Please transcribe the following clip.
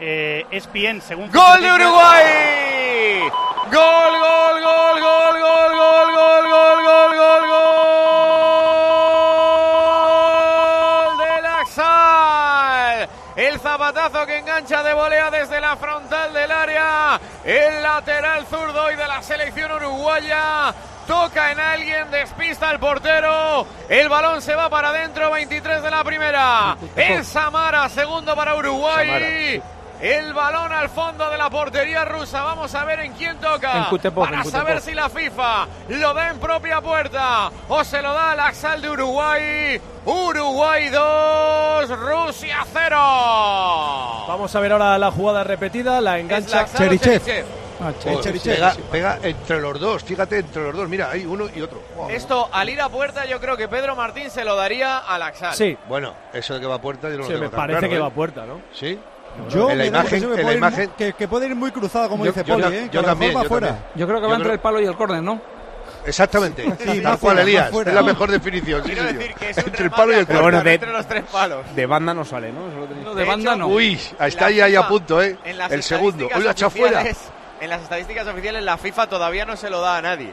eh, ESPN, según... ¡Gol de Uruguay! ¡Gol, gol, gol, gol, gol, gol, gol, gol, gol, gol, gol! ¡Del Axal! El zapatazo que engancha de volea desde la frontal del área. El lateral zurdo y de la selección uruguaya toca en alguien, despista al portero, el balón se va para adentro, 23 de la primera, el Samara, segundo para Uruguay, el balón al fondo de la portería rusa, vamos a ver en quién toca, En Kutepov, para en Kutepov. saber si la FIFA lo da en propia puerta o se lo da al Axal de Uruguay, Uruguay 2, Rusia 0. Vamos a ver ahora la jugada repetida, la engancha. Cherichev. Ah, El che. Joder, Cherichev, pega, sí. pega entre los dos, fíjate, entre los dos. Mira, hay uno y otro. Wow. Esto al ir a puerta yo creo que Pedro Martín se lo daría al Axal. Sí, Bueno, eso de que va a puerta yo no sí, lo tengo me tan parece claro, que ¿eh? va a puerta, ¿no? Sí. Yo En la me da imagen- impresión en que, la puede ir imagen- mu- que- que puede ir muy cruzado, como Yo- dice yo Poli, ta- ¿eh? yo que también, la yo fuera. también. Yo creo Yo que va creo- entre el palo y el córner, ¿no? Exactamente. Sí, Tal más cual fuera, Elías. más fuera. Es la mejor definición. sí, Quiero señor. decir que es un entre el palo y el remate a Pero bueno, puerta de- entre los tres palos. De banda no sale, ¿no? Eso lo tenéis- Lo De de banda hecho, no. Uy, ahí está ahí, ahí a punto, ¿eh? En las El segundo. estadísticas Uy, lo ha echado fuera. oficiales- En las estadísticas oficiales la FIFA todavía no se lo da a nadie.